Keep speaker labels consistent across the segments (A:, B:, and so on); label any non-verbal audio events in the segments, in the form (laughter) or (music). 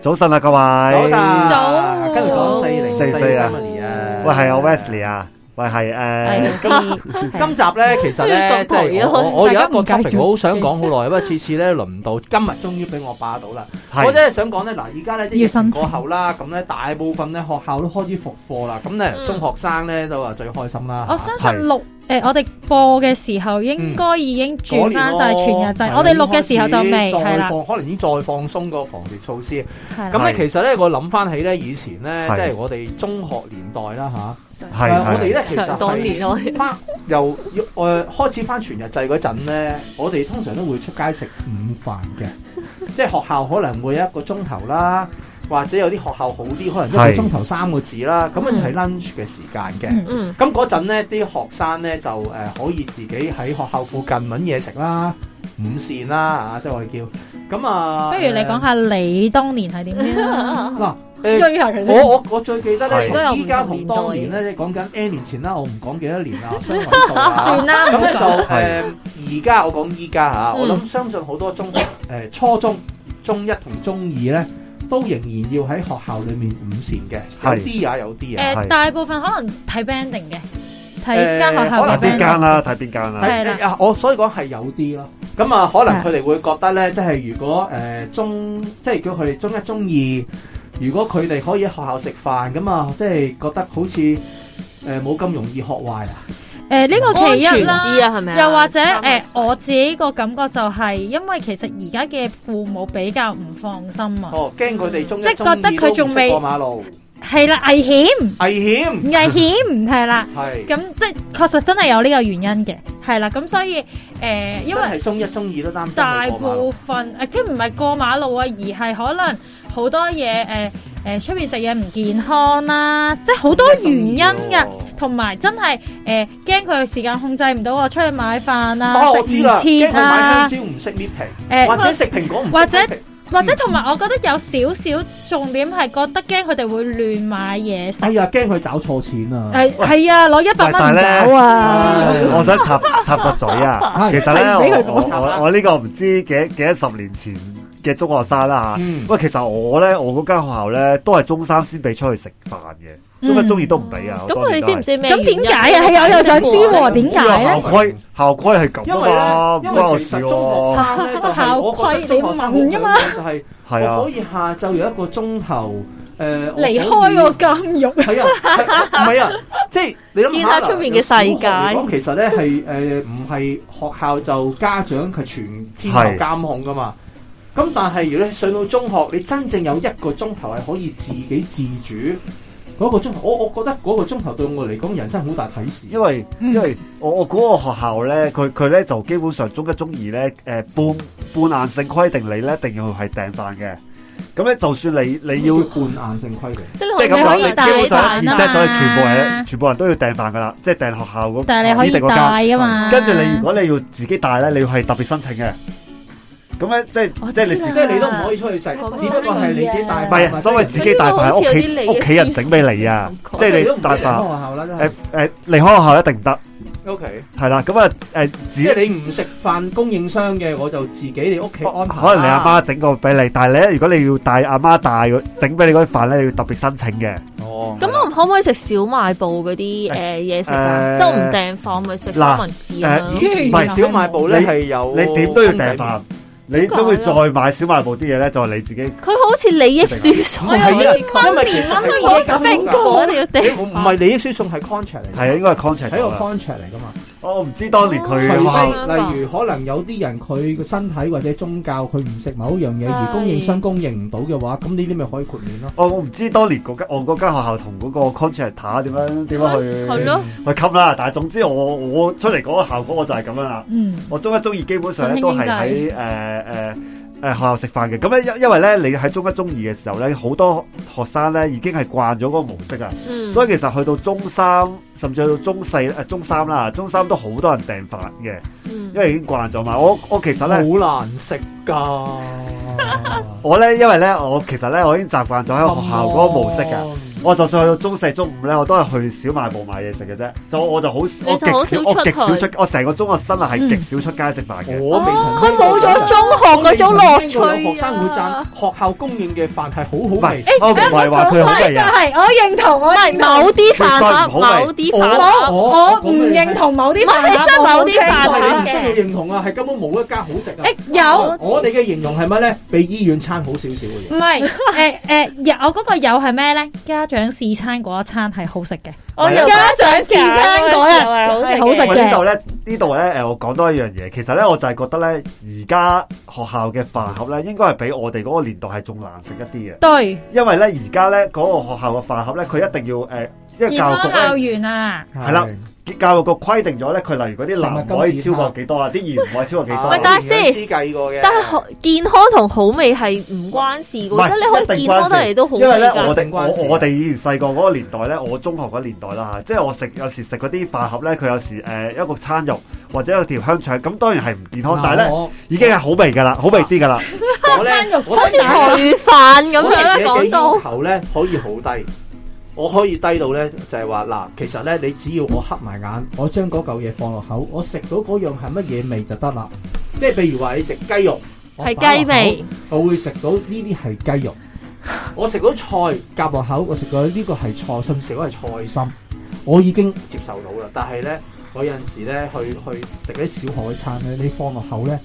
A: 早晨啊，各位。
B: 早晨。
C: 早。
B: 跟住講四零四
A: 四四啊。
B: family啊。
A: 喂，係啊 Wesley 啊，喂，係
D: 系
A: 诶，
D: 四
B: 今集呢，其實呢，
C: 講台啊，
B: 即係我-我-我
C: 大家
B: 有一個
C: 唔
B: topic
C: 介紹
B: 我好想講好耐，不過次次呢，輪唔到，今日終於俾我霸到啦。我
A: 係
B: 真係想講咧，嗱，而家咧啲疫情
C: 要申請
B: 過後啦，咁咧大部分咧學校都開始復課啦，咁咧、
D: 嗯哦
B: 中學生咧都話最開心啦。
D: 我相信六诶，我哋播嘅時候應該已經轉翻晒全日制，我哋錄嘅時候就未係
B: 係啦，
D: 啦，
B: 可能哦已經再放鬆個防疫措施。
D: 係啦
B: 咁咧啊
A: 係
B: 其實咧，我諗翻起咧以前咧，
A: 係
B: 即係我哋中學年代啦吓，
A: 係
B: 誒我哋
A: 係
B: 咧其實
C: 想當
B: 係
C: 年我哋
B: 翻由誒、呃、開始翻全日制嗰陣咧，我哋通常都會出街食午飯
D: (laughs)
B: 嘅，即係學校可能會有一個鐘頭啦，或者有啲學校好啲，可能一
A: 係
B: 個鐘頭三個字啦，咁啊就係 lunch 嘅時間嘅。
D: 嗯
B: 咁嗰陣咧，啲學生咧就誒、呃可以自己喺學校附近揾嘢食啦、午膳啦啊，即係我哋叫咁啊。
D: 不如你講
B: 下
D: 下你當年係點
C: (laughs) 嗯
D: 先啦，
B: 嗱、呃
D: 追下佢
B: 我
D: 先。
B: 我我最記得咧，
A: 係
B: 同依家同當年咧，即係講緊 N 年前啦，我唔講幾多年啦，雙位數啦。
D: 算啦
B: 咁
D: 唔好
B: 咧
D: 講
B: 就誒，而家我講依家嚇，
D: 嗯
B: 我諗相信好多中誒、初中、中一同中二咧，都仍然要喺學校裡面午膳嘅，
A: 係
B: 有啲啊，有啲啊。
D: 诶，
A: 係
D: 大部分可能睇 banding 嘅，睇
B: 誒
D: 間學校
B: 可
A: 睇邊
B: 能
D: 嘅 banding
A: 間。啦，睇邊間啦。
D: 係啦
B: 係啊，我所以講係有啲咯。咁啊，可能佢哋會覺得咧，即係如果誒、呃中，即係叫佢哋中一、中二，如果佢哋可以喺學校食飯，咁啊，即係覺得好似誒冇咁容易學壞啊。
D: 诶，呢個其一
C: 安
D: 啦。
C: 全啲啊，係咪啊？
D: 又或者誒、
C: 啱啊。
D: 呃我自己個感覺就係，因為其實而家嘅父母比較唔放心啊，
B: 哦，驚佢哋中一
D: 即係覺得佢仲未
B: 中二都唔識過馬路，
D: 係啦，危險，
B: 危險
D: 危險係啦，
B: 係。
D: 咁即係確實真係有呢個原因嘅，係啦，咁所以誒、呃因
B: 因
D: 為
B: 為係中一、中二都擔心
D: 大
B: 佢過馬
D: 部
B: 路。
D: 分誒、呃即係唔係過馬路啊，而係可能好多嘢誒誒出面食嘢唔健康啦，即係好多原因㗎。同埋真係誒驚佢時間控制唔到，我出去買飯啊，
B: 哦，
D: 食
B: 我知啦，
D: 唔切
B: 驚佢
D: 啊
B: 買香，蕉唔識搣皮，
D: 誒
B: 或者食蘋果唔識
D: 或者
B: 搣皮
D: 或者同埋，我覺得有少少重點係覺得驚佢哋會亂買嘢食，
B: 哎呀，驚佢找錯錢啊！
D: 係係啊，攞一百
A: 喂
D: 蚊唔
A: 但係
D: 走啊！
B: 唉
A: 我想插插個嘴啊，
B: (laughs) 係
A: 其實咧
C: 係唔俾佢
A: 我
C: 講
A: 我
B: 插啦
A: 我我呢個唔知幾幾多十年前嘅中學生啦吓。
B: 嗯
A: 喂，其實我咧我嗰間學校咧都係中三先俾出去食飯嘅，
D: 嗯
A: 中一中二都唔俾啊。我當年都係
C: 咁佢哋知唔知咩
D: 咁點
C: 原因？
D: 解啊？係我又想知喎，點
A: 知啊
D: 解
A: 校
D: 咧？
A: 規校規係咁
B: 因為
A: 啊嘛，唔
B: 咧，因
A: 關我
B: 為其
A: 事
B: 實中學
A: 喎。
D: (laughs)
B: 生咧就係
D: 校
B: 我覺
D: 規
B: 得中學生好
D: 你問㗎嘛
B: 緊就係
A: 係啊
B: 我可以下晝有一個鐘頭呃誒
D: 離開個監獄，
B: 係啊，
D: (laughs)
B: 係唔係啊，即係你諗
C: 見
B: 下
C: 下
B: 啦
C: 出面嘅世界
B: 由小學嚟講其實咧係誒唔係學校就家長係全天候
A: 係
B: 監控噶嘛。咁但係如果你上到中學，你真正有一個鐘頭係可以自己自主嗰、個鐘頭，我我覺得嗰個鐘頭對我嚟講人生好大啟示。
A: 因為
D: 嗯
A: 因為我我嗰個學校咧，佢佢咧就基本上中一中二咧，誒、半半硬性規定你咧一定要係訂飯嘅。咁咧，就算你你要
B: 半硬性規定，
A: 即係咁講，
D: 你可以
A: 你基本上
D: 帶飯啊嘛
A: reset 咗，全部人全部人都要訂飯噶啦，即係訂學校嗰
D: 但係你可以
A: 指定嗰間。
D: 帶啊嘛。
A: 跟住你如果你要自己帶咧，你要係特別申請嘅。咁咧，即係
D: 我
A: 即係你
D: 知
A: 自
D: 啦
B: 即係你都唔可以出去食，只不過係你自己帶
A: 唔係啊，所謂自己帶飯喺屋企屋企人整俾你啊，即係你帶
B: 大學
A: 飯
B: 校啦，真
A: 誒
B: 係。
A: 誒離開學校一定唔得，
B: O K，
A: 係啦。咁啊誒自
B: 即
A: 己
B: 係你唔食飯供應商嘅，我就自己你屋企安排啦。
A: 可能你阿媽整個俾你，但係你咧，如果你要帶阿媽帶嗰整俾你嗰啲飯咧，你要特別申請嘅。
B: 哦，
C: 咁我可唔可以食小賣部嗰啲诶嘢食啊？
A: 誒
C: 即係我唔訂房咪食三文治啊咁
A: 嗱
C: 樣
B: 以前賣小賣部咧
A: 你
B: 係有
A: 你點都要訂
B: 公仔麵
A: 飯，你都會再買小賣部啲嘢咧，就係你自己。
C: 佢好似利益輸送
B: 唔係
C: 嗰啲
B: 啊，因為其實
D: 當年
B: 係
D: 啱啱已
B: contract
D: 經
B: 嚟
D: 咁
B: 㗎
D: 講
C: 我哋要
B: 你
C: 訂
B: 唔係利益輸送係 contract 嚟㗎，
A: 係啊，應該係 contract
B: 係一個
A: 咗啦
B: contract 啊嚟噶嘛。
A: 我唔知當年佢
B: 除
A: 學校
B: 非
C: 哇
B: 例如可能有啲人佢個身體或者宗教佢唔食某樣嘢，而
C: 係
B: 供應商供應唔到嘅話，咁呢啲咪可以豁免咯。
A: 我我唔知當年嗰間我嗰間學校同嗰個 contractor 點樣點樣去
C: 係咯，
A: 去吸啦。但係總之我我出嚟嗰個效果我就係咁樣啦。
D: 嗯，
A: 我中一中二基本上咧
D: 新興
A: 都係
D: 經濟
A: 喺誒誒誒學校食飯嘅。咁咧因因為咧你喺中一中二嘅時候咧，好多學生咧已經係慣咗嗰個模式啊。
C: 嗯，
A: 所以其實去到中三，甚至去到中四、誒中三啦，中三都好多人訂飯嘅，
C: 嗯
A: 因為已經慣咗嘛。我我其實咧，
B: 難食
A: (laughs)
B: 㗎，
A: 我咧因為咧，我其實咧我已經習慣咗喺學校嗰個模式嘅。
B: 咁
A: 我就算去到中四、中五咧，我都係去小賣部買嘢食嘅啫。就我就好，我
C: 你就好
A: 極少，
C: 少出嗯
A: 我極少
C: 去
A: 出，我成個中學生涯係極少出街食飯嘅。
B: 我未曾
C: 佢冇咗
B: 我
C: 中學嗰
B: 未
C: 種
B: 曾
C: 樂
B: 聽過有學
C: 趣
B: 生會讚
C: 啊！
B: 學校供應嘅飯係好
A: 唔
B: 好
A: 係。，
B: 味
A: 我唔係話佢好味啊，
D: 係，我認同，我
C: 唔係
D: 認同。
C: 某啲飯盒，
A: 絕對唔好味
C: 某啲
B: 我
C: 飯
D: 我
C: 盒。
B: 我
D: 我唔認同某啲飯
C: 唔係你真係
D: 盒，
C: 某啲飯
B: 我
C: 盒
B: 講俾你聽唔
C: 嘅
B: 需要認同啊，係根本冇一間好食啊。
D: 誒有。
B: 我哋嘅形容係乜咧？比醫院餐好少少嘅嘢
D: 唔。係，誒誒，有我嗰個有係咩咧？家長試餐嗰一餐係好食嘅，
C: 我又
D: 家長試餐嗰日
C: 係
D: 好食
A: 喂
D: 嘅
A: 呢度咧，呢度咧，誒，我講多一樣嘢。其實咧，我就係覺得咧，而家學校嘅飯盒咧，應該係比我哋嗰個年代係仲難食一啲嘅。
D: 對，
A: 因為咧，而家咧嗰個學校嘅飯盒咧，佢一定要誒、呃因為
D: 健
A: 教育
D: 康校
A: 局
D: 園啊，
B: à?
A: 係啦咧，教育局規定咗咧，佢例如嗰啲
B: 食物
A: 鈉
B: 金
A: 唔可以超
B: 字塔
A: 過幾多啊，啲鹽唔可以超過幾
B: (laughs)
A: 多
C: 喂
A: 啊。
C: 但係先
B: 私計過嘅，
C: 但係健康同好味係唔關事嘅
A: 唔係
C: 喎，即係你可以健康得嚟都好
A: 因
C: 味
A: 為咧，
C: 㗎
A: 我。哋
B: 唔關事
A: 我我哋以前細個嗰個年代咧，我中學嗰年代啦嚇，即係我食有時食嗰啲飯盒咧，佢有時誒、呃一個餐肉或者有條香腸，咁當然係唔健
B: 哦
A: 康，但係咧
B: 我
A: 已經係好味㗎啦，好味啲㗎啦。
B: 我咧
D: 生肉
B: 我
C: 好似
B: 想
C: 台語飯咁
B: 我
C: 樣
B: 嘅
C: 咧講到
B: 要。求咧可以好低，我可以低到咧就係話嗱，其實咧你只要我黑埋眼，我將嗰嚿嘢放落口，我食到嗰樣係乜嘢味就得啦。即係譬如話你食雞肉，我
C: 係
B: 擺落
C: 雞味，
B: 口，我會食到呢啲係雞肉。我食到菜夾落口，我食到呢個係菜，甚至乎係菜心，我已經接受到啦。但係咧，我有陣時咧去去食啲小海餐咧，你放落口咧，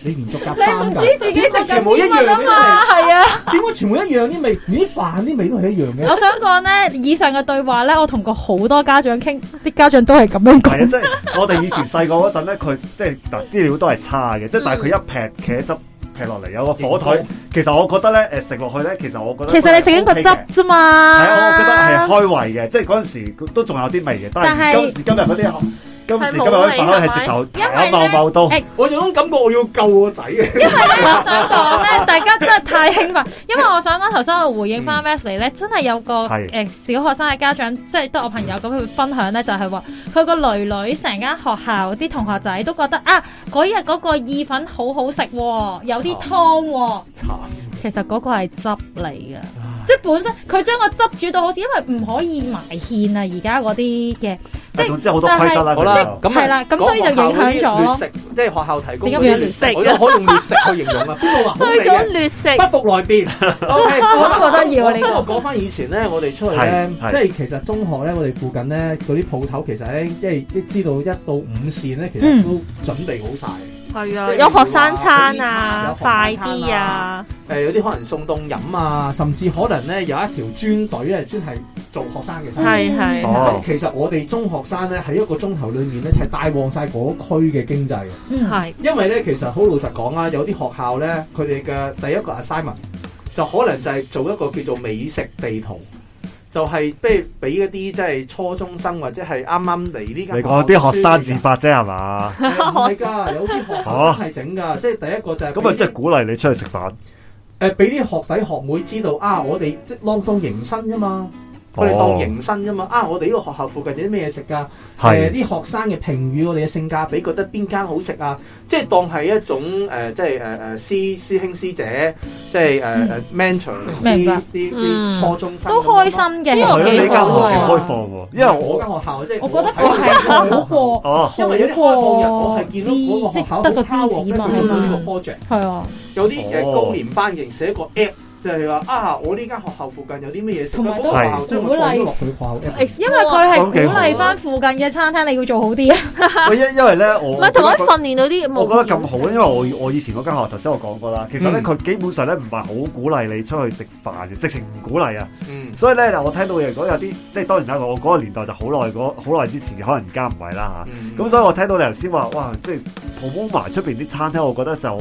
B: 你連續夾
D: 你唔
B: 三嚿
D: 知，自己食緊
B: 全部一
D: 啲
B: 樣
D: 乜啊
B: 嘅味
D: 嘛，係啊。
B: 點解全部一樣啲味？連啲飯啲味都係一樣嘅
D: 我。想講咧，以上嘅對話咧，我同過好多家長傾，啲家長都係咁樣
A: 係啊，
D: 講。
A: 即係我哋以前細個嗰陣咧，佢即係嗱啲料都係差
D: 嗯
A: 嘅，即係但係佢一劈茄汁劈落嚟有個火腿，其實我覺得咧誒食落去咧，其實我覺得
D: 其實你食緊個汁
A: 係 OK 嘅
D: 啫
A: 係
D: 嘛。
A: 啊，我覺得係開胃嘅，即係嗰陣時都仲有啲味嘅，但係
D: 但係
A: 今時今日嗰啲
D: 嗯
A: 今時今日嗰啲飯咧係直頭
D: 因為
A: 淡
D: 呢
A: 茂茂到
D: 誒
B: 我有種感覺，我要救我仔嘅。
D: 因為咧，我想講咧，大家真係太興奮。因為我想講頭先，我回應
A: 嗯
D: 翻 Wesley 咧，真係有個
A: 係
D: 誒小學生嘅家長，即係都我朋友咁去分享咧，就係話佢個女女成間學校啲同學仔都覺得啊，嗰日嗰個意粉好好食喎，有啲湯
A: 哦
D: 喎。
B: 慘！
D: 其實嗰個係汁嚟嘅，即係本身佢將個汁煮到好似，因為唔可以埋芡啊，而家嗰啲嘅，即
A: 但係
D: 係
A: 總之好多規則啦。
B: 好啦，咁啊
D: 係啦咁所以就影響咗
B: 劣食，即係學校提供嗰啲
D: 點解會有
B: 劣
D: 劣
B: 食
C: 食，
B: 我都可以用劣食去形容啊。 (laughs) 邊個話好味
C: 推咗
B: 嘅？
C: 劣食，
B: 不服 (laughs) 來辯。OK，
D: 我都覺得要啊
B: 我
D: 呢
B: 不
D: 個
B: 過講翻以前咧，我哋出去咧，
A: 係係
B: 即係其實中學咧，我哋附近咧嗰啲鋪頭，其實咧，即係一知道一到五線咧，其
D: 嗯
B: 實都準備好晒。
C: 係啊，有學生餐啊，快啲啊，
B: 誒有啲可能送凍飲啊，甚至可能咧有一條專隊咧，專係做學生嘅生意。
C: 係係
A: 哦
B: 咁其實我哋中學生咧喺一個鐘頭裏面咧，係帶旺晒嗰區嘅經濟嘅。
D: 嗯
C: 係
B: 因為咧，其實好老實講啦，有啲學校咧，佢哋嘅第一個 assignment 就可能就係做一個叫做美食地圖，就係譬如俾一啲即係初中生或者係啱啱嚟呢間
A: 你
B: 學校
A: 講啲學生
B: 書
A: 自
B: 嘅
A: 發啫係嘛？
B: 人唔係㗎，有啲學校真係
A: (laughs)
B: 整㗎，即係第一個就係
A: 咁啊，即係鼓勵你出去食飯。
B: 誒俾啲學弟學妹知道啊，我哋即係當當迎新啫嘛，佢哋
A: 哦
B: 當迎新啫嘛，啊我哋呢個學校附近有啲咩嘢食㗎？誒
A: 係
B: 呃
A: 啊
B: 啲、學生嘅評語，我哋嘅性價比，覺得邊間好食啊？即係當係一種誒、呃即係誒誒師師兄師姐，即係誒誒 mentor
D: 明
B: 啲
D: 白
B: 啲啲
C: 嗯
B: 初中生
D: 嗯都開心。嘅，
C: 呢
A: 係
C: 個
A: 咯，
C: 幾
A: 你間學
C: 好
A: 校
C: 啊
A: 幾
C: 係
A: 開放喎，因為
B: 我
A: 我
B: 間學校即係
D: 我覺得
B: 睇
D: 我係好過，
A: 哦
B: 因為有啲開放人，我係見到嗰個學校
D: 得個知
B: 好 proud
D: 字
B: 啊
D: 嘛
B: 佢，做到呢個 project。
D: 係啊。
B: 有啲誒
A: 哦
B: 高年班型寫個 app，就係話啊，我呢間學校附近有啲咩嘢食，
D: 同埋
B: 咁
D: 都
B: 嗰個學校將
D: 鼓
B: 佢
D: 勵
B: 放咗落佢學校 app。
D: 因為佢係
A: 咁幾
C: 啊
D: 鼓
A: 好
D: 勵翻附近嘅餐廳，你要做好啲啊。
A: 我因因為咧我
C: 唔係同埋訓練到啲
A: 我
C: 冇
A: 覺得咁好，因為我我以前嗰間學校頭先我講過啦，其實咧
B: 嗯
A: 佢基本上咧唔係好鼓勵你出去食飯嘅，直情唔鼓勵啊。
B: 嗯，
A: 所以咧，我聽到嘅講有啲，即係當然啦，我嗰個年代就好耐嗰好耐之前，可能而家唔係啦
B: 嗯
A: 嚇。咁、所以我聽到你頭先話，哇，即係 promote 埋出邊啲餐廳，我覺得就好，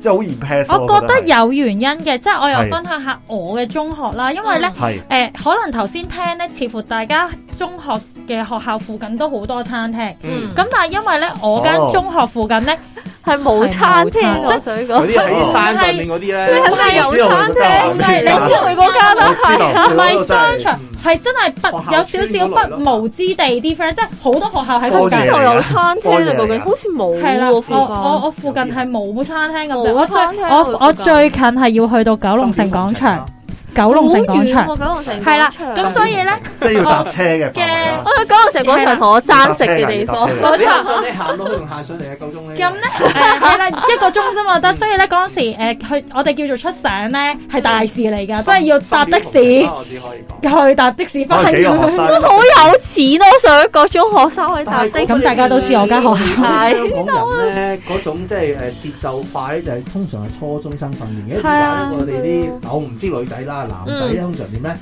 A: 即係好 impress
D: 我覺得
A: 係
D: 有原因嘅，即係我又
A: 係
D: 分享下我嘅中學啦，因為咧。
A: 係
D: 誒、可能頭先聽咧，似乎大家中學嘅學校附近都好多餐廳，咁、
B: 嗯
D: 但係因為咧，我間
A: 哦
D: 中學附近咧，
C: 係冇餐廳，我想
B: 嗰
C: 講，
B: 啲喺山上面嗰啲
C: 你
B: 咧
C: 係。咪有餐廳？
D: 唔係你知佢嗰間啦，
A: 我知道，
D: 唔係商場
B: 嗯，
D: 係真係不有少少不無之地啲 friend，即係好多學校喺
A: 多嘢
D: 附近。
C: 邊度有餐廳啊？究竟好似冇
D: 係啦，
C: 喎，
D: 我
C: 哦附
D: 我
C: 近。
D: 我附近係冇餐廳咁
C: 冇啊
D: 就，我最
C: 餐廳喎
D: 我我
C: 附近
D: 最近係要去到九龍城廣場。九龍城廣場。
C: 九龍城
D: 係啦咁
C: 咁
D: 所以咧
A: 即係啊要搭車嘅範圍啦
C: 我喺九龍城廣場同我爭食嘅地方，
A: 係啦
D: 冇
B: 你行
D: 錯。
B: 上你行到去同行上嚟嘅夠鐘咧。
D: 咁咧，誒係啦，一個鐘啫嘛，得，所以咧嗰陣時，誒去我哋叫做出省咧，係大事嚟噶，
B: 深，
D: 即係要搭的
B: 深夜
D: 士
B: 同城啦我只可以講。
D: 去搭的士
A: 可
D: 翻
A: 能幾個學
D: 去。
A: 生。
C: 哦好啊有錢咯！上一個中學生可以搭的士，
D: 咁大家都知我間學校
C: 係
B: 香港人咧嗰種即係誒節奏快咧，就係通常係初中生訓練嘅。點
C: 係啊
B: 解我哋啲我唔知女仔啦，男仔咧通常點咧？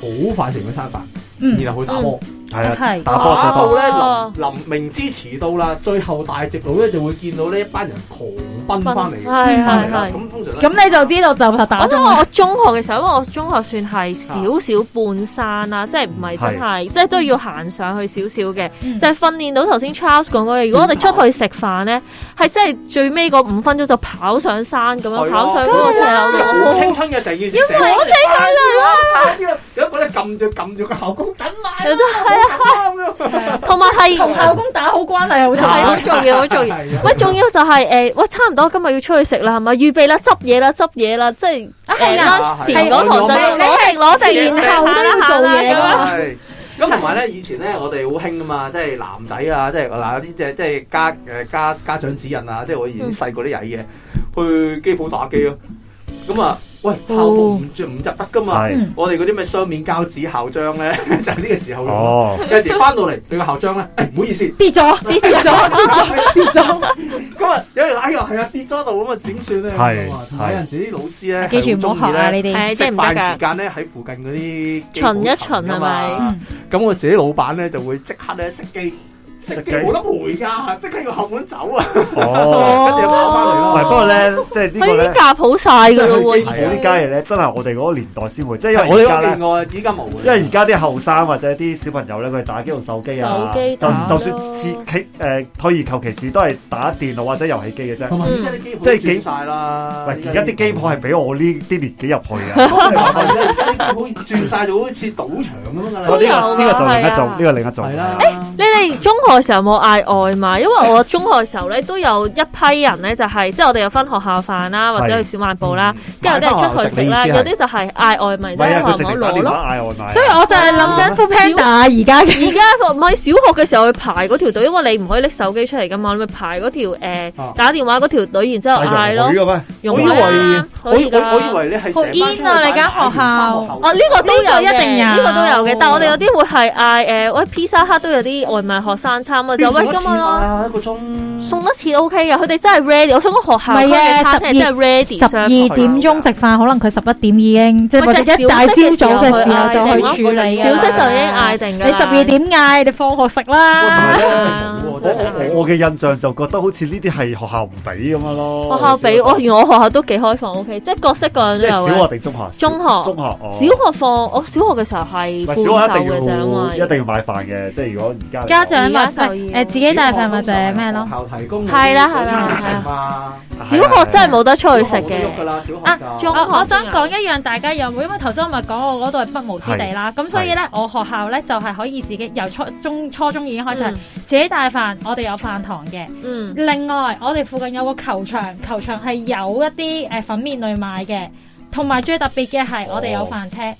B: 好快食完餐飯，
D: 嗯，
B: 然後去打波，
A: 係啊，
D: 係
A: 打波就
B: 打
A: 打
B: 到
A: 波。
B: 咧
C: 哦
B: 臨臨明知遲到啦，最後大直路咧就會見到呢一班人狂奔翻嚟嘅，
C: 係
B: 翻嚟
C: 係
B: 啦。
C: 係。
B: 咁通常咧
D: 咁你就知道就打
C: 我
D: 中
C: 因
D: 啦
C: 為我中學嘅時候，因為我中學算係少少半山啦，即係唔係真係，即係都要行上去少少嘅，
D: 嗯
C: 就係訓練到頭先 Charles 講嗰嘢。如果我哋出去食飯咧，係真係最尾嗰五分鐘就跑上山咁樣，
B: 係啊啊
C: 跑上嗰個斜樓度。
B: 好青春嘅成件事，因為我青春啊啦，有一個咧撳住撳住個校工等埋啦，係啊，
C: 啊同埋係
D: 同校工打好關係好重
C: 係
D: 要
C: 好。重要，好重要。喂，仲要就係、誒、喂，差唔多今日要出去食啦，係咪？預備啦，執嘢啦，執嘢啦，即係
D: 啊係啊
C: 誒 lunch 前嗰堂就要
D: 係啊
C: 攞定攞定，
D: 前後都要做嘢㗎嘛
B: 係。啊咁同埋咧，以前咧，我哋好興噶嘛，即係男仔啊，即係嗱啲即係即係家誒家家長指引啊，即係我以前細個啲曳嘅，去機鋪打機咯。咁啊，喂，校服唔著唔入得噶嘛？
A: 係
B: 我哋嗰啲咩雙面膠紙校章咧， (laughs) 就係呢個時候用。
A: 哦，
B: 有時翻到嚟，你個校章咧，哎誒唔好意思，
D: 跌咗，跌咗，跌咗，跌咗。
B: 咁啊，有人哎呀，係啊，跌咗度咁啊，點算咧？
A: 係
B: 咁啊同埋有陣時啲老師咧，
D: 記住唔好學啊！你哋
C: 係
B: 哋
C: 即
B: 食
C: 係唔
B: 飯時
C: 得㗎。
B: 間咧，喺附近嗰啲機
C: 巡一
B: 鋪
C: 巡
B: 㗎嘛
C: 係咪？
B: 咁我自己老闆咧就會即刻咧熄機，熄
A: 熄機
B: 機冇得賠㗎，即刻要後門走啊！
A: 哦。
B: 一定要跑翻嚟
A: 喂，
B: 咯。
A: 不過咧，即係呢
C: 佢
A: 個
C: 已
A: 咧
C: 經，嫁好晒㗎咯喎，已
A: 係啊呢
C: 經。
A: 家嘢咧，真係我哋嗰個年代先會，即係因
B: 我
A: 為
B: 哋
A: 而家咧
B: 嗰。邊我依家冇嘅，
A: 因為而家啲後生或者啲小朋友咧，佢哋打機用手機啊，
C: 手機
A: 就
C: 打
A: 就
C: 咯
A: 算似企誒退而求其次，都係打電腦或者遊戲機嘅啫。
B: 同埋依家啲機鋪都轉晒啦。
A: 喂，而家啲機鋪係俾我呢啲年紀入去
B: 係
A: 嘅，
B: 啊而家啲機鋪轉晒咗，好似賭場咁樣㗎啦。
A: 我呢個
C: 有啊
A: 呢個就另一種，
C: 係
A: 呢個
C: 啊
A: 另一種。
B: 係啦。
C: 你哋中學嘅時候有冇嗌外賣？因為我中學嘅時候咧，都有一批人咧，就係、即係我哋有分學校飯啦，或者去小賣部啦，跟住有啲人出去食啦，有啲就係嗌外賣，
A: 唔
C: 即
A: 係
C: 係
A: 啊，佢直
C: 話唔好
A: 情打
C: 攞
A: 電
C: 咯。
A: 話嗌外賣。啊
D: 所以我就係諗緊 f o o Panda 而
C: (laughs)
D: 家嘅
C: 而家唔係小學嘅時候去排嗰條隊，因為你唔可以拎手機出嚟噶嘛，你咪排嗰條
B: 啊
C: 誒打電話嗰條隊，然之後嗌咯啊
A: 係。容許嘅咩？
C: 用
B: 我以
C: 埋
B: 為
C: 啦
B: 我
C: 可以
B: 我
C: 㗎
B: 我以為你係成班出去
D: 好 in 啊你間
B: 打
D: 學校
B: 完
C: 哦，呢個都有嘅
D: 呢個一定有
C: 呢個都有嘅。但係我哋有啲會係嗌誒，喂披薩克都有啲外賣學生餐啊，就喂今日咯。
B: 啊，一個鐘
C: 送一次 O K 嘅，佢哋真係 ready。我想講學校
D: 唔
C: 佢
D: 係
C: 哋
D: 啊
C: 餐廳真係 ready
D: 十二點鐘食飯，可能佢十一點已經，即係
C: 咪
D: 或者
C: 就係
D: 一大朝早嘅時候就
C: 小
D: 去
C: 息
D: 處理㗎
C: 小
D: 啦
C: 息就已經嗌定㗎啦。
D: 你十二點嗌，你放學食啦。
B: 我
A: 我我我嘅印象就覺得好似呢啲係學校唔俾咁樣咯。
C: 學校俾我，原來我學校都幾開放 O K，即係各式各樣
A: 哦即係
C: 都有
A: 小學
C: 嘅。
A: 定中學？
C: 中學
A: 中學哦。
C: 小學放我小學嘅時候係
A: 唔係
C: 半
A: 小學一
C: 晝嘅
A: 定
C: 啫，因為
A: 要一啊定要買飯嘅，即係如果而家嚟講
D: 家長或
C: 而
D: 者
C: 家就要
D: 誒自己帶飯或者咩咯
B: 學。校提供
C: 係啦係啦係
B: 啦，
A: 啊
C: 小學真係冇得出去食
B: 小學冇得喐㗎
C: 嘅。
B: 啦，小學
D: 啊
B: 就
C: 中
D: 我我想講一樣，大家有冇？因為頭先我咪講我嗰度係不毛之地啦，咁所以咧，我學校咧就係可以自己由初中初中已經開始係
C: 嗯
D: 自己帶飯，我哋有飯堂嘅。
C: 嗯，
D: 另外，我哋附近有個球場，球場係有一啲誒粉面類賣嘅，同埋最特別嘅係我哋有飯車，
A: 哦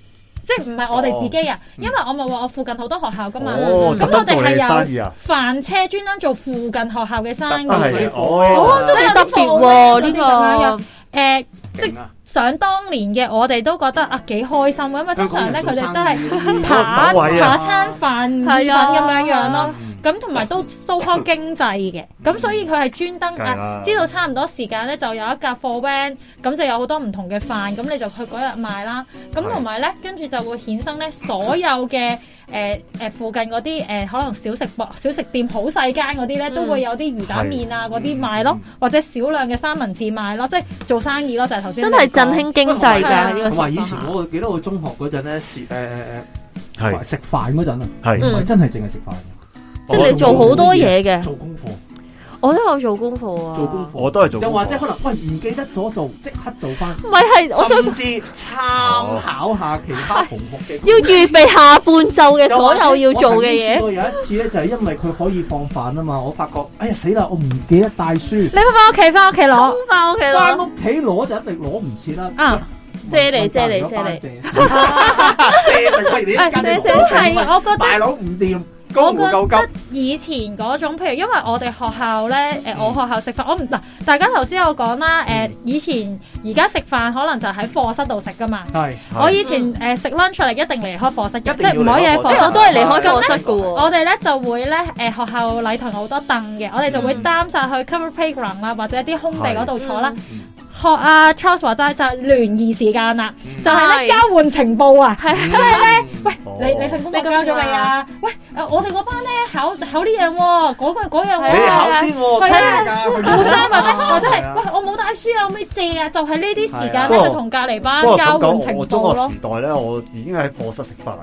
D: 即係唔係我哋自己啊？因為我咪話我附近好多學校噶嘛，
A: 哦，
D: 啊咁
A: 特登
D: 我哋
A: 做你
D: 係有
A: 生意啊！
D: 飯車專登做附近學校嘅生意
A: 啊，
B: 係
A: 係
B: 啊
A: 啊哦，
C: 都幾特別喎
D: 即係有啲貨咧
C: 呢
D: 誒，
B: 即係
D: 呃想當年嘅我哋都覺得啊幾開心嘅，因為通常咧佢哋都係扒
A: 哦走位
D: 扒
A: 啊
D: 餐飯意粉
C: 係啊
D: 咁樣樣咯。咁同埋都 so call 經濟嘅，咁所以佢係專登
A: 梗係啦
D: 啊，知道差唔多時間咧就有一架貨 van，咁就有好多唔同嘅飯，咁你就去嗰日賣啦。咁
A: 係
D: 同埋咧，跟住就會衍生咧所有嘅誒誒附近嗰啲誒可能小食部小食店好細間嗰啲咧，
C: 嗯
D: 都會有啲魚蛋麵啊嗰啲賣
A: 嗯
D: 咯，或者少量嘅三文治賣咯，即係做生意咯，就係頭先
C: 真
D: 你講
C: 係振興經濟㗎呢個
B: 同埋以
C: 情
B: 前
C: 況下。
B: 我記得我中學嗰陣咧，食誒
A: 係
B: 食飯嗰陣啊，
A: 係，
B: 唔係
C: 嗯，
B: 真係淨係食飯嘅，
C: 即係你做好多嘢嘅，
B: 做功課，
C: 我都有做功課啊。
B: 做功課
A: 我。都係做功課，
B: 又或者可能喂唔記得咗做，即刻做翻，
C: 唔係係，我想
B: 甚至參考下其他同學嘅。
C: 要預備下半晝嘅所有要做嘅
B: 我曾經試
C: 嘢。
B: 過有一次咧，就係因為佢可以放飯啊嘛，我發覺哎呀死啦，我唔記得帶書，
D: 你咪翻屋企翻屋企攞
C: 翻屋企
B: 翻
C: 啦。
B: 屋企攞就一定攞唔切啦。
D: 啊！
C: 遮你遮你遮你，
B: 遮定喂你一間
C: 哎
B: 都
C: 遮
D: 都係我覺得
B: 大佬唔掂，
D: 我
B: 江湖救
D: 覺
B: 急
D: 得。以前嗰種，譬如因為我哋學校咧，誒、我學校食飯，我唔嗱，大家頭先有講啦，誒、
B: 嗯
D: 以前而家食飯可能就喺課室度食噶嘛。
B: 係
D: 我以前誒食 lunch 嚟一定離開課室嘅，
B: 一
D: 即
B: 定要
D: 係唔可以喺課
C: 即
D: 室
C: 係我
D: 度
C: 都係離開課室嘅喎。
D: 我哋咧就會咧誒、學校禮堂有好多凳嘅，我哋就會
C: 嗯
D: 擔晒去 cover playground 啦，或者啲空地嗰度坐啦。
B: 嗯
D: 學啊 Charles 話齋就係聯誼時間啦，
B: 嗯
D: 就係
C: 係
D: 咧交換情報啊。
C: 係
D: 即係咧，喂
A: 哦，
D: 你你份工作交咗未啊？喂，誒我哋嗰班咧考考呢樣喎，嗰個嗰樣
B: 你
C: 係
B: 哋
C: 啊
B: 考
D: 喎。
B: 先喎，
D: 係啊
B: 真係㗎
D: 互相
A: (laughs)
D: 或者或者係
B: 係啊
D: 喂，我冇帶書啊，可唔可以借啊？就係呢啲時間
A: 係
D: 咧，
A: 啊
D: 去同隔離班
A: 不過
D: 交
A: 咁
D: 換
A: 講，
D: 情
A: 我
D: 報
A: 中
D: 咯
A: 學。時代咧，我已經喺課室食飯噶啦。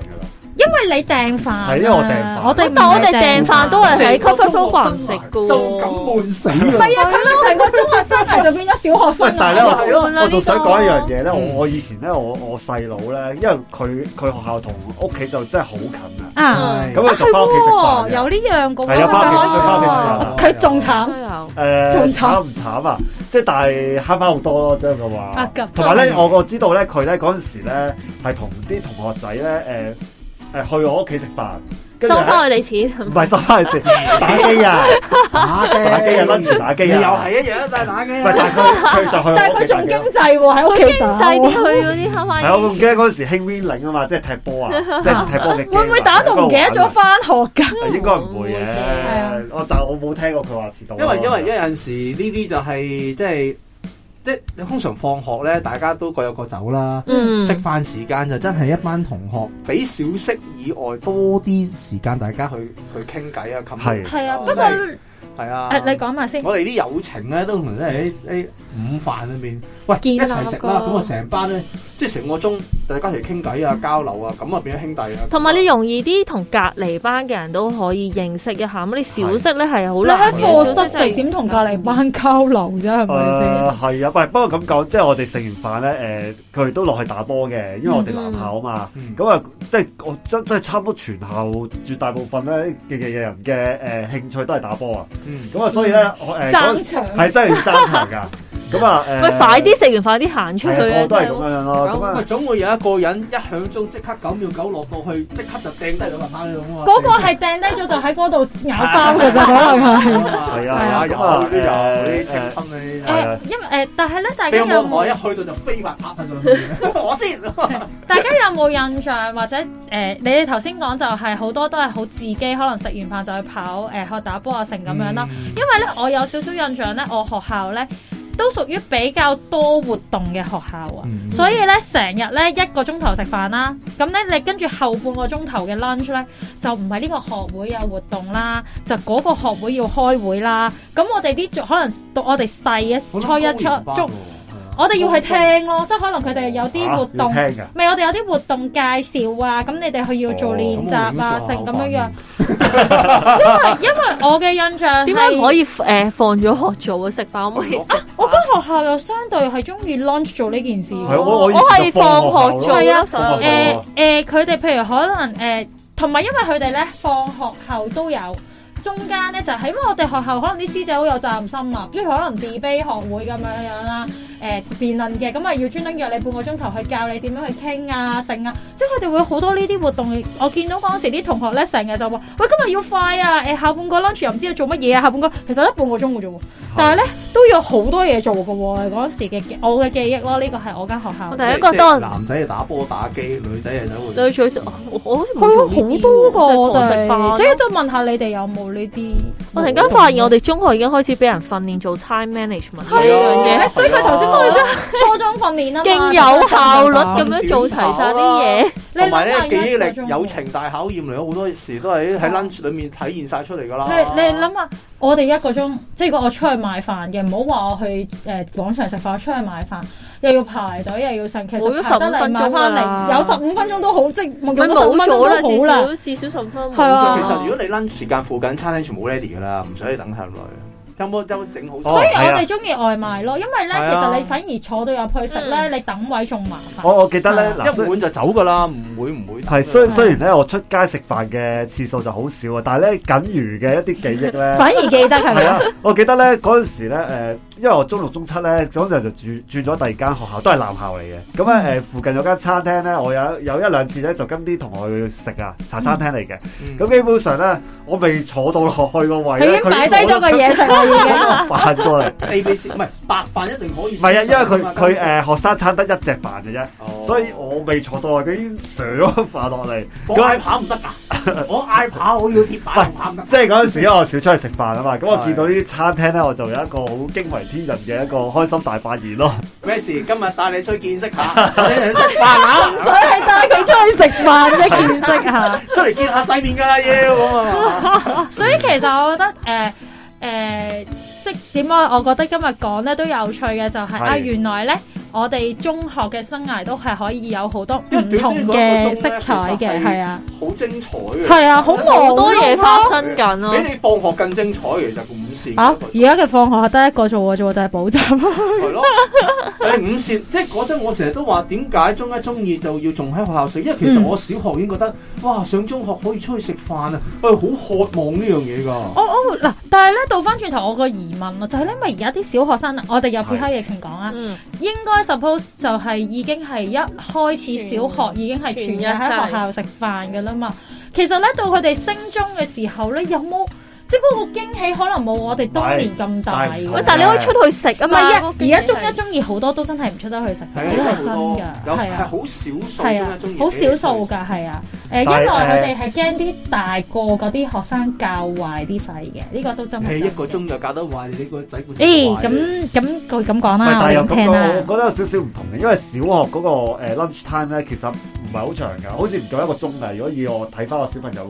D: 因為你訂飯啊，
A: 係因為我訂飯
D: 我哋唔
C: 但我哋
D: 係
C: 訂飯都係喺 cover program 食嘅喎
B: 就咁悶死
D: 唔
B: 啦！
D: 係啊，佢咧成個中學生啊涯就變咗小學
A: 喂
D: 生，
A: 但係
D: 啦。
A: 咧，
C: 好悶啊
A: 我我仲想
C: 呢個
A: 講一樣嘢咧，我
B: 嗯
A: 我以前咧，我我細佬咧，因為佢佢學校同屋企就真係好近啊，
D: 啊，
A: 咁佢就翻屋企食
D: 係
A: 飯
D: 喎，
A: 嘅。
D: 有呢樣個
A: 係啊翻屋企佢翻屋企食飯啊
D: 佢仲慘。
C: 有
A: 誒
D: 仲慘
A: 呃慘唔慘啊？即係但係慳翻好多咯，即係咁話
D: 啊咁。
A: 同埋咧，我我知道咧，佢咧嗰陣時咧係同啲同學仔咧誒誒去我屋企食飯，跟住
C: 收
A: 喺
C: 翻我哋錢
A: 唔係收翻去食打機
D: (laughs)
A: 啊，打
B: 打
A: 機啊，
B: 嘅
A: 拎住打
B: 你
A: 機
B: 又
A: 啊。
B: 係一樣大打
A: 唔
B: 嘅
A: 係，。但係佢佢就去
D: 但係
A: 我屋
D: 佢
A: 企打
D: 仲
A: 機
D: 經
A: 啊。
D: 濟喎，喺屋
C: 佢
D: 企
C: 經
D: 打
C: 濟啲
D: 喎。
C: 去嗰啲係咪？
A: 係我仲記得嗰陣時興 Win 領啊嘛，即係踢波
D: (laughs)
A: 啊，即係踢波嘅 game 啊。
D: 會唔會打到唔記得咗翻學㗎？
A: 應該玩啊？應該唔會
D: 啊
A: 嘅。我就我冇聽過佢話遲到啊咯。
B: 因為因為因為有陣時呢啲就係即係即係通常放學咧，大家都各有各走啦。
C: 嗯
B: 食飯時間就真係一班同學，俾小息以外多啲時間大家去去傾偈啊，
A: 係
B: 冚
D: 係啊，不過
B: 真係
D: 誒，
B: 係啊，
D: 你講埋先。
B: 我哋啲友情咧都同真係喺喺午飯裏面，喂
C: 見
B: 一
C: 啦
B: 齊食
C: 嗰個
B: 啦，咁啊成班咧，即係成個鐘大家一齊傾偈啊、交流啊，咁啊變咗兄弟啊。
C: 同埋你容易啲同隔離班嘅人都可以認識一下，咁你小息咧係好
D: 你
C: 難嘅。
D: 喺課室
C: 小息
D: 食
C: 就係
D: 點同隔離班交流啫？係咪先？
A: 誒係啊，喂，不過咁講，即係我哋食完飯咧，誒佢哋都落去打波嘅，因為我哋男校啊嘛。
B: 嗯
A: 咁啊，即係我真真係差唔多全校絕大部分咧嘅嘅人嘅誒興趣都係打波啊。
B: 嗯
A: 咁啊，所以咧我誒嗰
D: 爭場
A: 係真係要爭場㗎。咁啊誒，
C: 喂，快啲食完快啲行出去
A: 係啊
C: 啊！
A: 我都係咁樣樣咯。咁
B: 咁啊，
A: 啊，
B: 總會有一個人一響鐘即刻九秒九落到去，即刻就掟低兩個包咁啊！
D: 嗰個係掟低咗就喺嗰度咬包㗎 (laughs) 咋，可能係。
B: 係啊，有啲有啲情深嗰啲。
D: 誒，因為誒，但係咧，大
B: 你
D: 家
B: 有
D: 有
B: 冇我
D: 冇
B: 一去到就飛埋拍佢我先。
D: 大家有冇印象或者誒、呃你哋頭先講就係好多都係好自己，可能食完飯就去跑誒、呃去打波啊，成咁樣
B: 嗯
D: 啦。因為咧，我有少少印象咧，我學校咧都屬於比較多活動嘅學校啊。
B: 嗯
D: 所以咧，成日咧一個鐘頭食飯啦，咁咧你跟住後半個鐘頭嘅 lunch 咧，就唔係呢個學會有活動啦，就嗰個學會要開會啦。咁我哋啲可能到我哋細嘅初一初
B: 啊
D: 中，我哋要去聽咯，即係可能佢哋有啲活動。
A: 啊嚇要聽㗎。
D: 咪我哋有啲活動介紹啊，咁你哋去要做練習
B: 哦
D: 啊，成咁樣樣。因為因為我嘅
C: (laughs)
D: 印象
C: 點解唔可
D: 以？
C: 以誒放咗學做啊？食飯可唔可以？
D: 我覺得學校又相對係中意 lunch 做呢件事。
A: 係我我以
C: 我係
A: 前就
C: 放
A: 放
C: 學
A: 學
C: 做
A: 做
D: 係啊
C: 咯，所有
A: 放學
C: 嘢
A: 做
D: 誒誒，佢哋譬如可能誒，同埋因為佢哋咧放學後都有。中間咧就係、因為我哋學校可能啲師姐好有責任心啊，所以可能 debate 學會咁樣樣啦，誒、辯論嘅，咁啊要專登約你半個鐘頭去教你點樣去傾啊、剩啊，即係佢哋會好多呢啲活動。我見到嗰陣時啲同學咧成日就話：喂，今日要快啊！誒、下半個 lunch 又唔知要做乜嘢啊，下半個其實得半個鐘嘅啫喎，但係咧都有好多嘢做嘅喎。嗰陣時嘅記我嘅記憶咯，呢個係我間學校
C: 我。第一個當然
B: 男仔係打波打機，女仔係走
C: 對最我我好似冇
D: 佢
C: 做
D: 會
C: 呢啲
D: 好多個
C: 喎
D: 我
C: 即係
D: 哋
C: 放，食
D: 所以
C: 飯。
D: 都問下你哋有冇呢啲？
C: 我突然間發現我哋中學已經開始俾人訓練做 time management 呢
B: 係啊
C: 樣嘢，啊
D: 所以佢頭先講咗初中訓練啊嘛，
C: 勁有效率咁樣做齊晒啲嘢。
D: 你
B: 同埋
D: 諗下
B: 咧記
D: 一個
B: 憶
D: 鐘
B: 力、友。情大考驗嚟，好多時都係喺 lunch 裡面體現晒出嚟㗎啦。
D: 你啊你諗下，我哋一個鐘，即係如果我出去買飯嘅，唔好話我去誒廣場食飯，我出去買飯又要排隊又要剩，其
C: 冇咗
D: 實排得
C: 15
D: 嚟
C: 分鐘
D: 買翻
C: 啦
D: 嚟有十五分鐘都好，即係冇
C: 咪
D: 咗十五
C: 冇
D: 分
C: 咗啦，
D: 鐘
C: 至
D: 都好啦。
C: 少至少十分
D: 係啊
B: 其實如果你 lunch 時間附近餐廳全部 ready 㗎啦，唔使等太耐。有冇有冇整好？
A: 哦
D: 所以
A: 係啊
D: 我哋中意外賣咯，因為咧
B: 係
D: 其
B: 啊
D: 實你反而坐到入去食咧，
C: 嗯
D: 你等位仲麻煩。
A: 我我記得咧，嗱，雖
B: 一碗就走㗎啦，唔會唔會。
A: 係雖雖然咧，我出街食飯嘅次數就好少啊，但係咧僅餘嘅一啲記憶咧，
D: 反而記得係
A: 係
D: 咪？
A: 啊，我記得咧嗰陣時咧，誒、因為我中六中七咧，嗰陣就轉轉咗第二間學校，都係男校嚟嘅。
D: 嗯
A: 咁咧誒，附近有間餐廳咧，我有有一兩次咧就跟啲同學去食啊，茶餐廳嚟嘅。
D: 嗯
B: 嗯
A: 咁基本上咧，我未坐到落去個位
D: 啊佢已
A: 咧，
D: 經擺低咗個
A: 佢已經
D: 嘢食啦，已經。
A: 攞咗飯過
D: (laughs)
A: 嚟。
B: A B C 唔係白飯一定可以。
A: 唔係啊，因為佢佢誒學生餐得一隻飯嘅啫，
B: 哦
A: 所以我未坐到落去，佢已經上咗飯落嚟。啊
D: 哦
B: 我嗌扒唔
A: (laughs)
B: 得㗎，我嗌扒我要鐵板扒唔得。
A: 即係嗰陣時咧，我少出去食飯啊嘛，咁我見到呢啲餐廳咧，我就有一個好驚為天人嘅一個開心大發現咯。
B: 咩事？今日帶你出去見識
A: (laughs)
B: 下， (laughs) 你哋食飯啊，
D: (laughs) 所以係帶佢出去食飯啫，見識下。
B: 出嚟見下世面㗎啦，要
A: (laughs)
B: 咁啊！
D: (laughs) 所以其實我覺得誒誒、呃呃即係點解我覺得今日講咧都有趣嘅就係、
A: 係
D: 啊，原來咧我哋中學嘅生涯都係可以有好多
B: 因為
D: 唔
B: 短短嗰
D: 同
B: 個
D: 嘅
B: 鐘
D: 色
B: 呢
D: 彩
B: 其實
D: 嘅，
B: 係
D: 係啊，
B: 好精彩嘅，
D: 係啊，好
C: 好
D: 無
C: 多嘢發
D: 生。
C: 生緊咯
B: 比。你放學更精彩，其實五線
D: 啊！而家嘅放學得一個做嘅啫喎，就係補習。
B: 係咯，誒五線即係嗰陣，我成日都話點解中一中二就要仲喺學校食，因為其實
D: 嗯
B: 我小學已經覺得哇上中學可以出去食飯啊，喂好渴望呢樣嘢㗎。
D: 我我哦嗱，但係咧倒翻轉頭，我個疑問啊，就係咧，咪而家啲小學生啊，我哋又撇開疫情講啊，
C: 嗯，
D: 應該 suppose 就係已經係一開始小學已經係全日喺學校食飯嘅啦嘛。其實咧，到佢哋升中嘅時候咧，有冇即係嗰個驚喜可能冇我哋當年咁大
A: 係
D: 嘅。
A: 係
C: 喂，但係你可以出去食啊
D: 唔
C: 嘛。
D: 係
C: 嗰
D: 啊，
C: 個
D: 而
C: 經
D: 家
C: 濟
D: 中一中二好多都真係唔出得去食
B: 係
D: 飯，
B: 啊，
D: 呢個係真
B: 有
D: 㗎，
B: 有
D: 係
B: 係
D: 啊。
B: 好少數
D: 係
B: 中
D: 啊
B: 一中，二
D: 好少數㗎，係啊。誒，一來佢哋係驚啲大個嗰啲學生教壞啲細嘅，呢個都真係。
B: 你一個鐘就教得壞你個仔個。
D: 誒，咁咁佢咁講
A: 唔係
D: 啦，
A: 但
D: 啊我
A: 係又咁
D: 哋咁聽
A: 講，
D: 啦。
A: 我覺得有少少唔同嘅，因為小學嗰個誒 lunch time 咧，其實唔係好長㗎，好似唔夠一個鐘㗎。如果以我睇翻我小朋友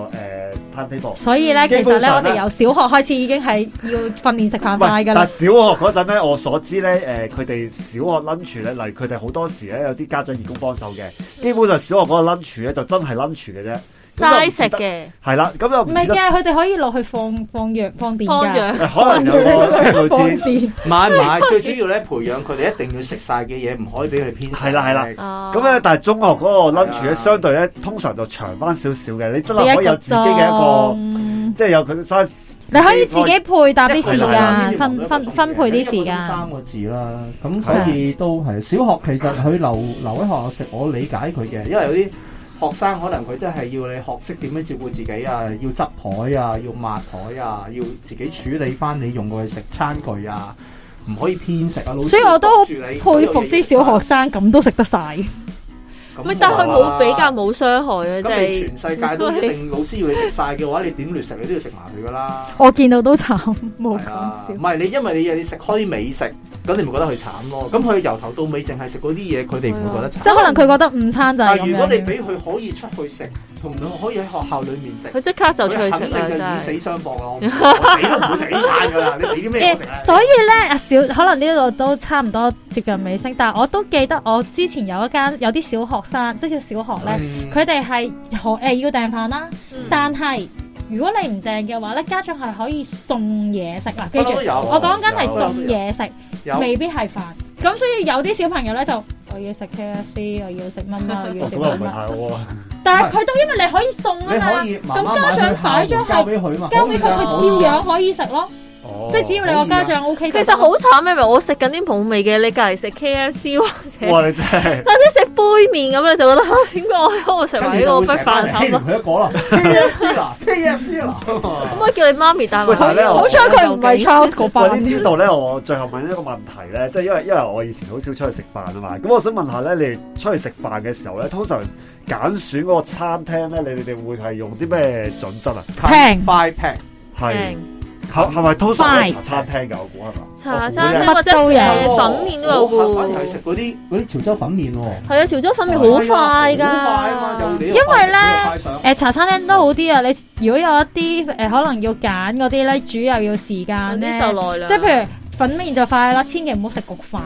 A: 嗰個誒呃 time table，
D: 所以咧，其
A: 基
D: 實
A: 本
D: 咧，我
A: 上呢
D: 哋由小學開始已經係要訓練食飯
A: 唔係
D: 快噶
A: 但
D: 啊啦
A: 係。小學嗰陣咧，我所知咧，誒佢哋小學 lunch 咧，例如佢哋好多時咧有啲家長義工幫手嘅，基本上小學嗰個 lunch 咧就真係 lunch 嘅啫，咁就
C: 齋
A: 唔
C: 食
A: 似得
C: 嘅，
A: 係啦，咁就
D: 唔
A: 唔
D: 係
A: 似得
D: 嘅，佢哋可以落去放放藥放電
C: 放
D: 㗎，
C: 養。
A: 誒可能有
D: (laughs)
A: 個
D: 放
A: 類似。
D: 電。
B: 買買最主要咧，培養佢哋一定要食晒嘅嘢，唔可以俾佢哋偏食。
A: 係啦係啦
C: 哦
A: 咁咧，，但係中學嗰個 lunch
B: 係啊
A: 咧，相對咧通常就長翻少少嘅，你真
D: 你
A: 係
D: 一
A: 可以有自己嘅一個，
D: 鐘
A: 即係有佢 size
D: 你可以自己配搭啲時
A: 係啦
D: 間，分分分配啲時間。
B: 三個字啦，咁所以都係小學其實佢留留喺學校食，我理解佢嘅，因為有啲學生可能佢真係要你學識點樣照顧自己啊，要執台啊，要抹台啊，要自己處理翻你用過嘅食餐具啊，唔可以偏食啊，老師
D: 所以我都好
B: 督住你
D: 佩服啲小學，生咁都食得晒。
B: 咁
C: 咪但係佢冇比較冇傷害啊，即
B: 咁你
C: 係
B: 全世界都一定老師要你食晒嘅話，你點亂食你都要食埋佢噶啦。
D: 我見到都慘，
B: 係
D: 冇講
B: 啊，
D: 笑
B: 唔。係你，因為你你食開美食，咁你咪覺得佢慘咯。咁佢由頭到尾淨係食嗰啲嘢，佢哋唔會覺得慘。
D: 嗯即係啊可能佢覺得午餐就係
B: 但係
D: 咁
B: 如果你
D: 樣。
B: 俾佢可以出去食，同佢可以喺學校裏面食，
C: 佢即刻就出去
B: 佢
C: 食
B: 肯定就
C: 啦，
B: 以
C: 真係。
B: 死相搏啦！我唔我死都唔會食呢餐噶
D: (laughs)
B: 啦，你俾啲
D: 嗯
B: 咩我食啊？
D: 所以咧，阿小可能呢度都差唔多接近尾聲，但係我都記得我之前有一間有啲小學生，即係小學咧，
B: 嗯
D: 佢哋係可誒要訂飯啦，
C: 嗯
D: 但係如果你唔訂嘅話咧，家長係可以送嘢食嗱，記
B: 不嬲
D: 住
B: 都有
D: 我講緊係
B: 有
D: 送嘢食，
B: 哦有
D: 未必係飯。咁所以有啲小朋友咧就我要食 K F C，我要食乜乜，我要
A: 哦
D: 食
A: 咁啊唔
D: 乜
A: 係
D: 乜，
A: 太好啊，
D: 但係佢都因為你可以送啊
B: 你
D: 嘛
B: 可，以媽
D: 咁
B: 媽
D: 家長
B: 買
D: 擺
B: 去校
D: 咗
B: 門交
D: 係
B: 俾佢嘛，
D: 交俾佢，佢
B: 可
D: 照
B: 以㗎啊
D: 樣可以食咯，
A: 哦
D: 即係只要你個家長 O K。
C: 其實好慘嘅，咪我食緊啲冇味嘅，你隔離食 K F C 或者
A: 哇，你真係
D: (laughs)
C: 或者食杯麵咁，你就覺得啊點解我喺度食
B: 跟
C: 埋
B: 住
C: 呢個
B: 就
C: 不
B: 會成班
C: 飯
B: 人
C: 盒
B: 欺
C: 啊？
B: 凌佢一個
D: (laughs)
B: 啦，K F C 啦，K F C 啦，
C: 可唔可以叫你媽咪帶埋
A: 喂
C: 去？
A: 但係呢我
D: 好彩佢唔係 Charles 嗰
A: 喂，
D: 班。
A: 呢呢度咧，我最後問一個問題咧，即係因為因為我以前好少出去食飯啊嘛，咁我想問下咧，你哋出去食飯嘅時候咧，通常揀選嗰個餐廳咧，你哋哋會係用啲咩準則啊？
D: (laughs) 平
B: 快平。
A: 係係係咪通常都係茶餐廳㗎？我估係嘛？
C: 茶餐廳
D: 我
C: 或者
D: 乜都有
C: 誒粉面都有
B: 我反而係
C: 㗎
B: 食。嗰啲嗰啲潮州粉面喎，
C: 係啊，潮州粉面好快㗎。
B: 係啊好快啊嘛，有你又
D: 因為
B: 快
D: 咧
B: 又快上
D: 誒、茶餐廳都好啲啊！你如果有一啲誒、可能要揀嗰啲咧，煮又要時間咧，
C: 嗰啲就耐啦
D: 即係譬如粉麵就快啦，千祈唔好食焗飯。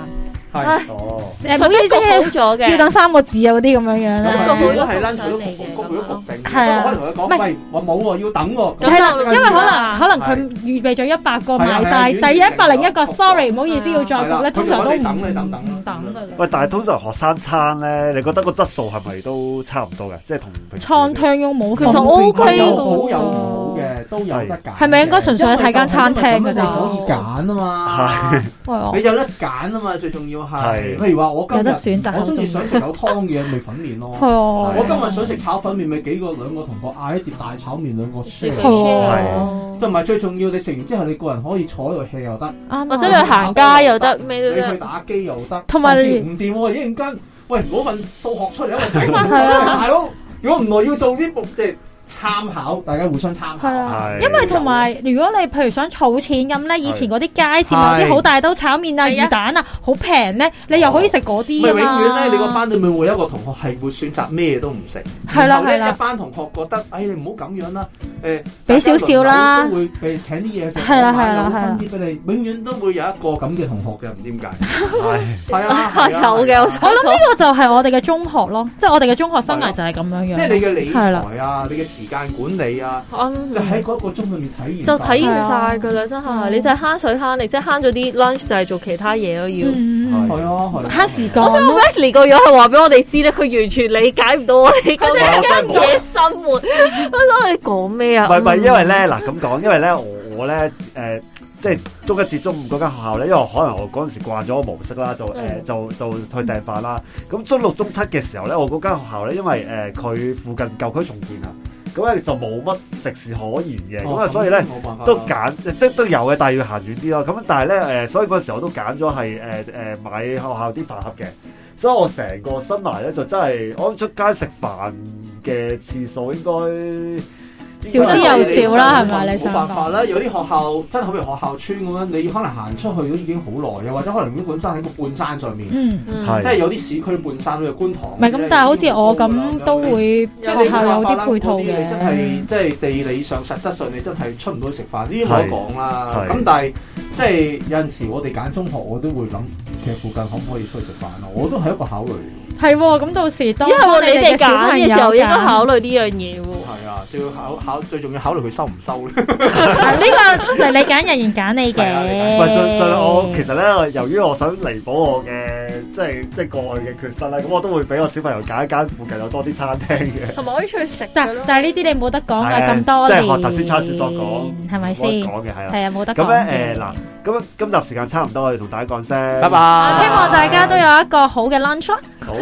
B: 係
A: 哦，
D: 誒、
C: 除
D: 唔好
C: 非
D: 意思
C: 焗好咗嘅，
D: 要等三個字啊嗰啲咁樣樣
B: 咁
C: 咁
B: 啊如
C: 個
D: 咧。
C: 好
B: 果
C: 多
B: 係啦，
C: 都
B: 佢都焗
C: 想嚟嘅
B: 焗佢都焗定嘅，
D: 係啊
B: 咁可能同佢
D: 唔係
B: 講，喂，我冇喎，要等喎。
C: 咁
D: 係啦，
C: 就
D: 因為可能
C: 啦
D: 可能佢預備咗一百個賣
B: 係啊係啊
D: 晒，第一百零一個
B: 焗
D: ，sorry，唔好意思，要再
B: 係啦
D: 焗咧，通常都
B: 佢
D: 唔
B: 就話你等你等等啦
D: 等等噶啦。
A: 喂，但係通常學生餐咧，你覺得個質素係咪都差唔多嘅？即係同平時
D: 創香用冇
C: 其實
D: 分
C: O K
B: 有
D: 別
B: 好
C: 嘅
B: 有
C: 喎
B: 唔好嘅，都有得揀嘅。
D: 係咪應該純粹係睇間餐廳
B: 因為
D: 㗎咋
B: 就係因為咁你可以揀啊嘛
A: 係，
D: 喂我
B: 你有得揀啊嘛，最重要係。
A: 係
B: 譬如話我今
D: 有得
B: 日
D: 選擇
B: 我
D: 口
B: 中意
D: 中
B: 想食有湯嘅咪粉麵咯。
D: 係啊
B: 我今日想食炒粉麵，咪幾個兩個同學嗌一碟大炒麵，兩個
C: 自己
D: 啊
B: share。
D: 係
B: 同埋最重要，你食完之後你個人可以坐喺度 hea 又得，
D: 啱啊
C: 或者你行街又得，咩都
B: 你去
C: 得。
B: 打機又得，
D: 同埋你
B: 甚至唔掂喎，一陣間喂攞份數學出嚟，我睇
D: 係啊
B: 大佬，如果唔耐要做啲目即係參考，大家互相參考
D: 係啊
B: 下。
A: 係
D: 因為同埋，如果你譬如想儲錢咁咧，以前嗰啲街市
B: 係
D: 買啲好大兜炒麵啊、
C: 係啊
D: 魚蛋啊，好平咧，你又可以食嗰
B: 唔
D: 啲
B: 係
D: 㗎
B: 永
D: 嘛
B: 遠咧，你個班裏面會有一個同學係會選擇咩都唔食，
D: 係
B: 然
D: 啦
B: 後呢
D: 係啦
B: 一班同學覺得，哎你唔好咁樣啦，誒
D: 俾少少啦
B: 大家輪流都會誒請啲嘢食，
D: 係啦
B: 晚
D: 係啦
B: 有
D: 係啦
B: 分啲俾你，永遠都會有一個咁嘅同學嘅，唔知點解。
A: 係
B: 係啊，係啊
C: 有嘅，我想
D: 我諗呢個就係我哋嘅中學咯，即係我哋嘅中學生涯就係咁樣
B: 即係
D: 樣。
B: 你嘅理
D: 係啦，
B: 財啊，你嘅時間管理啊，
C: 嗯
B: 就喺嗰一個鐘裏面體現晒。
C: 就體
D: 驗
C: 驗晒噶啦，真係你就係慳水慳力，即係慳咗啲 lunch 就係做其他嘢咯要。
D: 嗯，
B: 係啊，係啊。
D: 慳時間
C: 我想
D: 咯。
C: Wesley 個樣係話俾我哋知咧，佢完全理解唔到我哋嗰
A: 我真係
C: 啲
A: 冇
C: 嘢生活。我想你講咩啊？
A: 唔係唔係，因為咧嗱咁講，因為咧我我咧誒、呃即係中一至中五嗰間學校咧，因為可能我嗰陣時慣咗個模式啦，就誒、呃
C: 嗯
A: 就就去訂飯啦。咁中六中七嘅時候咧，我嗰間學校咧，因為誒佢、附近舊區重建啊，咁咧就冇乜食肆可言嘅，
B: 哦
A: 咁啊、所以咧。
B: 冇辦法啦
A: 都揀，即係都有嘅，但係要行遠啲咯。咁但係咧誒，所以嗰陣時我都揀咗係誒誒買學校啲飯盒嘅，所以我成個生涯咧就真係我諗出街食飯嘅次數應該
D: 少之又少啦
B: 因為
D: 係咪你想
B: 冇
D: 講
B: 辦法啦，有啲學校真係好似學校村咁樣，你可能行出去都已經好耐，又或者可能啲本身喺個半山上面，
D: 嗯，
A: 係
B: 即係有啲市區半山都有觀塘。
D: 唔係咁，但係好似我咁都會
B: 即係
D: 學
B: 你冇
D: 校哦啊有
B: 辦法
D: 啲
B: 啦
D: 配套
B: 嗰啲你真係
D: 嘅。
B: 即係地理上、實質上，你真係出唔到去食飯，呢啲冇得講啦。
A: 係係
B: 咁但係即係有陣時我哋揀中學，我都會諗，其實附近可唔可以出去食飯咯？我都係一個考慮。
D: 係喎，咁到時當
C: 因為我
D: 你
C: 你哋
D: 嘅小
C: 揀
D: 朋
C: 嘅
D: 友
C: 時候應該
D: 揀
C: 考慮呢樣嘢喎。
B: 係啊，最要考考最重要考慮佢收唔收咧。
C: (laughs)
D: 啊呢個就係你揀人員揀你
B: 係啊
A: 唔
B: 你揀
D: 嘅。
A: 係就就我其實咧，由於我想彌補我嘅即係即係過去嘅缺失咧，咁我都會俾我小朋友揀一間附近有多啲餐廳嘅。
C: 同埋可以出去食
D: 但但係呢啲你冇得講㗎，咁多
A: 即
D: 年。
A: 係學頭先 Charles 所講，
D: 係咪先？
A: 冇得講嘅係啦。
D: 係啊，冇得講
A: 咁
D: 嘅
A: 咧誒嗱，咁今集時間差唔多，我哋同大家講聲，
D: 啊
B: 拜拜。
D: 希望大家都有一個好嘅 lunch 啦。
A: 好。